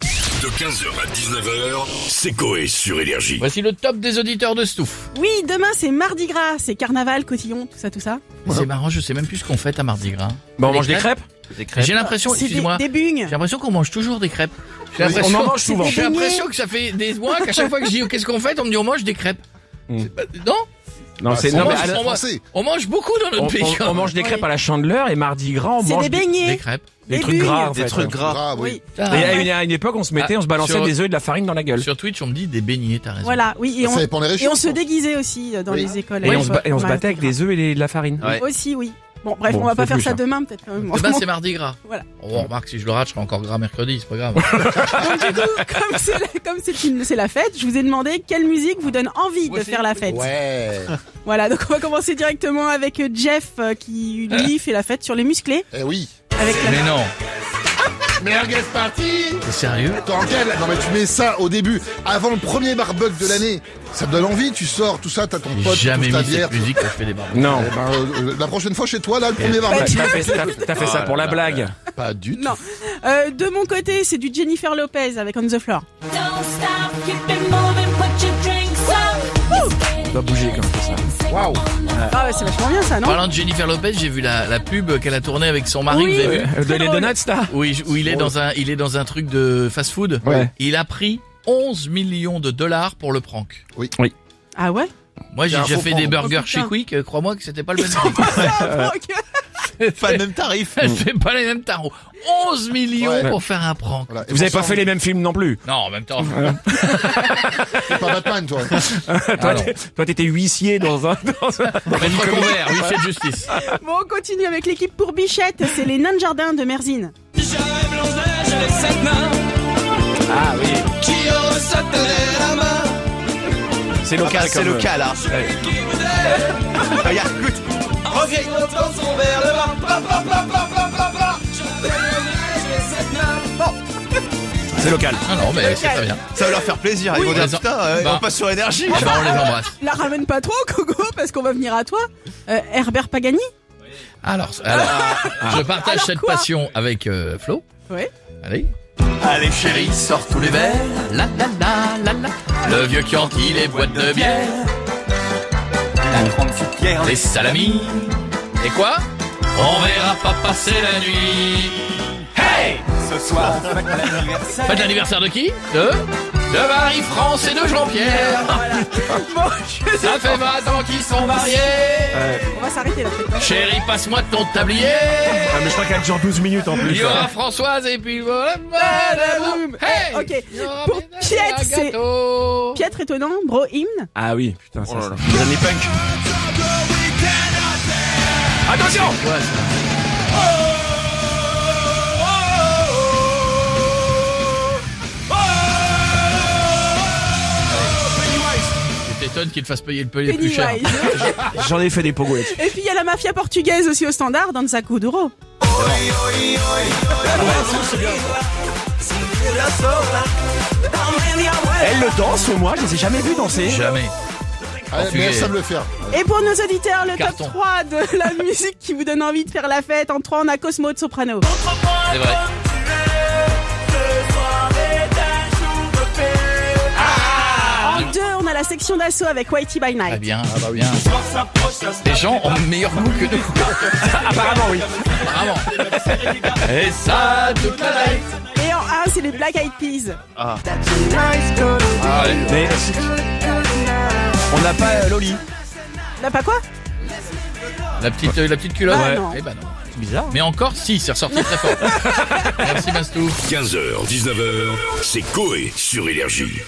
De 15h à 19h, c'est Coé sur Énergie. Voici le top des auditeurs de Stouff. Oui, demain c'est Mardi Gras, c'est carnaval, cotillon, tout ça, tout ça. C'est marrant, je sais même plus ce qu'on fait à Mardi Gras. Bah on Les mange des crêpes J'ai l'impression, C'est des, excuse-moi, des bugnes. j'ai l'impression qu'on mange toujours des crêpes. J'ai Oui, l'impression- on en mange souvent. J'ai l'impression que ça fait des mois qu'à chaque fois que je dis oh, qu'est-ce qu'on fait, on me dit on mange des crêpes. Mm. C'est pas- Non, Non, c'est on, non, mais mange, à la- on mange- on mange beaucoup dans notre on- pays. hein. on- on mange des crêpes à la chandeleur et mardi gras on C'est mange des des beignets. crêpes. des des trucs bugnes. gras Ah, en Des fait, trucs ouais. gras, oui. Oui. Ah, Et à une, à une époque on se mettait, on se balançait Sur- des œufs et de la farine dans la gueule. hein. Sur Twitch, on me dit des beignets, t'as raison. Voilà, oui, et on, Ça dépend des et régions. on se déguisait aussi euh, dans Oui. les écoles. Et à on, se ba- l'époque, et on se Mardi battait avec Gras. des œufs et les- de la farine. Ouais. Aussi, oui. Bon, bref, Bon, on va pas c'est faire plus, ça hein. demain, peut-être euh, quand même. Demain, Bon. Eh ben, c'est Mardi Gras. Voilà. On remarque, si je le rate, je serai encore gras mercredi, c'est pas grave. Donc, du coup, comme c'est la, comme c'est une- c'est la fête, je vous ai demandé quelle musique vous donne envie de faire la fête. Ouais. Voilà, donc on va commencer directement avec Jeff euh, qui lui fait la fête sur les musclés. Eh oui. Avec la... Mais non, Merguez party t'es sérieux T'enquêtes Non mais tu mets ça au début, avant le premier barbecue de l'année. Ça te donne envie, tu sors, tout ça, t'as ton J'ai pote, tu jamais ouvres ta mis bière. cette musique quand je fais des barbecues. Non. Eh ben, euh, la prochaine fois chez toi, là, le premier T'as barbecue. t'as fait, t'as- t'as fait ça pour la blague. Eh, Pas du tout. Non. Euh, de mon côté, c'est du Jennifer Lopez avec On the Floor. Don't stop, keep it moving, put your drinks up. Doit bouger comme ça. Waouh. Ah ouais, c'est vachement bien ça, non Parlant de Jennifer Lopez, j'ai vu la, la pub qu'elle a tournée avec son mari, Oui. vous avez vu Euh, de- les donuts là où il, où il est dans un, il est dans un truc de fast-food. Ouais. Il a pris 11 millions de dollars pour le prank. Ah ouais Moi, j'ai un déjà faux fait prank. des burgers Oh, chez putain. Quick. euh, Crois-moi que c'était pas le même prank. Euh. Ok. Pas le même tarif. C'est pas les mêmes tarots. 11 millions Ouais. pour faire un prank. Vous avez pas fait les mêmes films non plus. Non, en même temps. T'es pas Batman, toi. Toi, t'es- toi, t'étais huissier dans un. dans un- Maître Convert, huissier de justice. Bon, on continue avec l'équipe pour Bichette, c'est les nains de jardin de Merzine. Ah oui. C'est local, bah, euh, c'est local. C'est local. Non, non, mais c'est très bien. Ça va leur faire plaisir. Oui, Ils vont dire raison. putain, euh, Bah. on passe sur énergie. Ah bah, on les embrasse. La ramène pas trop, Coco, parce qu'on va venir à toi. Euh, Herbert Pagani Alors, alors, je partage Alors cette quoi passion avec euh, Flo. Oui. Allez. Allez chérie, sors tous les verres. La la la la la. Le vieux Chianti, les boîtes de bière, La grande soupière. les salamis. Et quoi On verra pas passer la nuit. Hey Ce soir, fête l'anniversaire. Fête l'anniversaire de qui De De Marie-France et de Jean-Pierre. Ça fait 20 ans qu'ils sont mariés. Euh. On va s'arrêter là. peut-être. Chérie, passe-moi ton tablier. Ah, mais je crois qu'elle dure 12 minutes en Il plus. y aura Françoise et puis voilà. Badaboum. Hey Eh, Ok. Il y aura Pour Ménage Piet, et un c'est- gâteau. Piètre étonnant, bro hymne. Ah oui, putain, ça. ça- Les années punk. Attention Tu t'étonnes qu'il te fasse payer le pelé plus cher. Pennywise. J'en ai fait des pogos là-dessus. Et puis il y a la mafia portugaise aussi au standard, dans Sakuduro. Elle le danse au moins, je les ai jamais vus danser. Jamais. Allez, Portugais. mais ça me le faire. Et pour nos auditeurs, le Carton. top 3 de la musique qui vous donne envie de faire la fête. En 3, on a Cosmo de Soprano. C'est vrai. En 2, on a la section d'assaut avec Whitey Très by Night. bien. très bien. Les gens ont meilleur goût que nous. Apparemment, oui. Apparemment. Et ça, toute la life. Et en 1, c'est les Black Eyed Peas. Ah. Mais. On n'a pas euh, Loli. Là, pas quoi La petite, euh, la petite culotte. Ah, non. Eh ben non. C'est bizarre. Mais encore, si, c'est ressorti très fort. Merci Bastou. 15h, 19h, c'est Coé sur Énergie.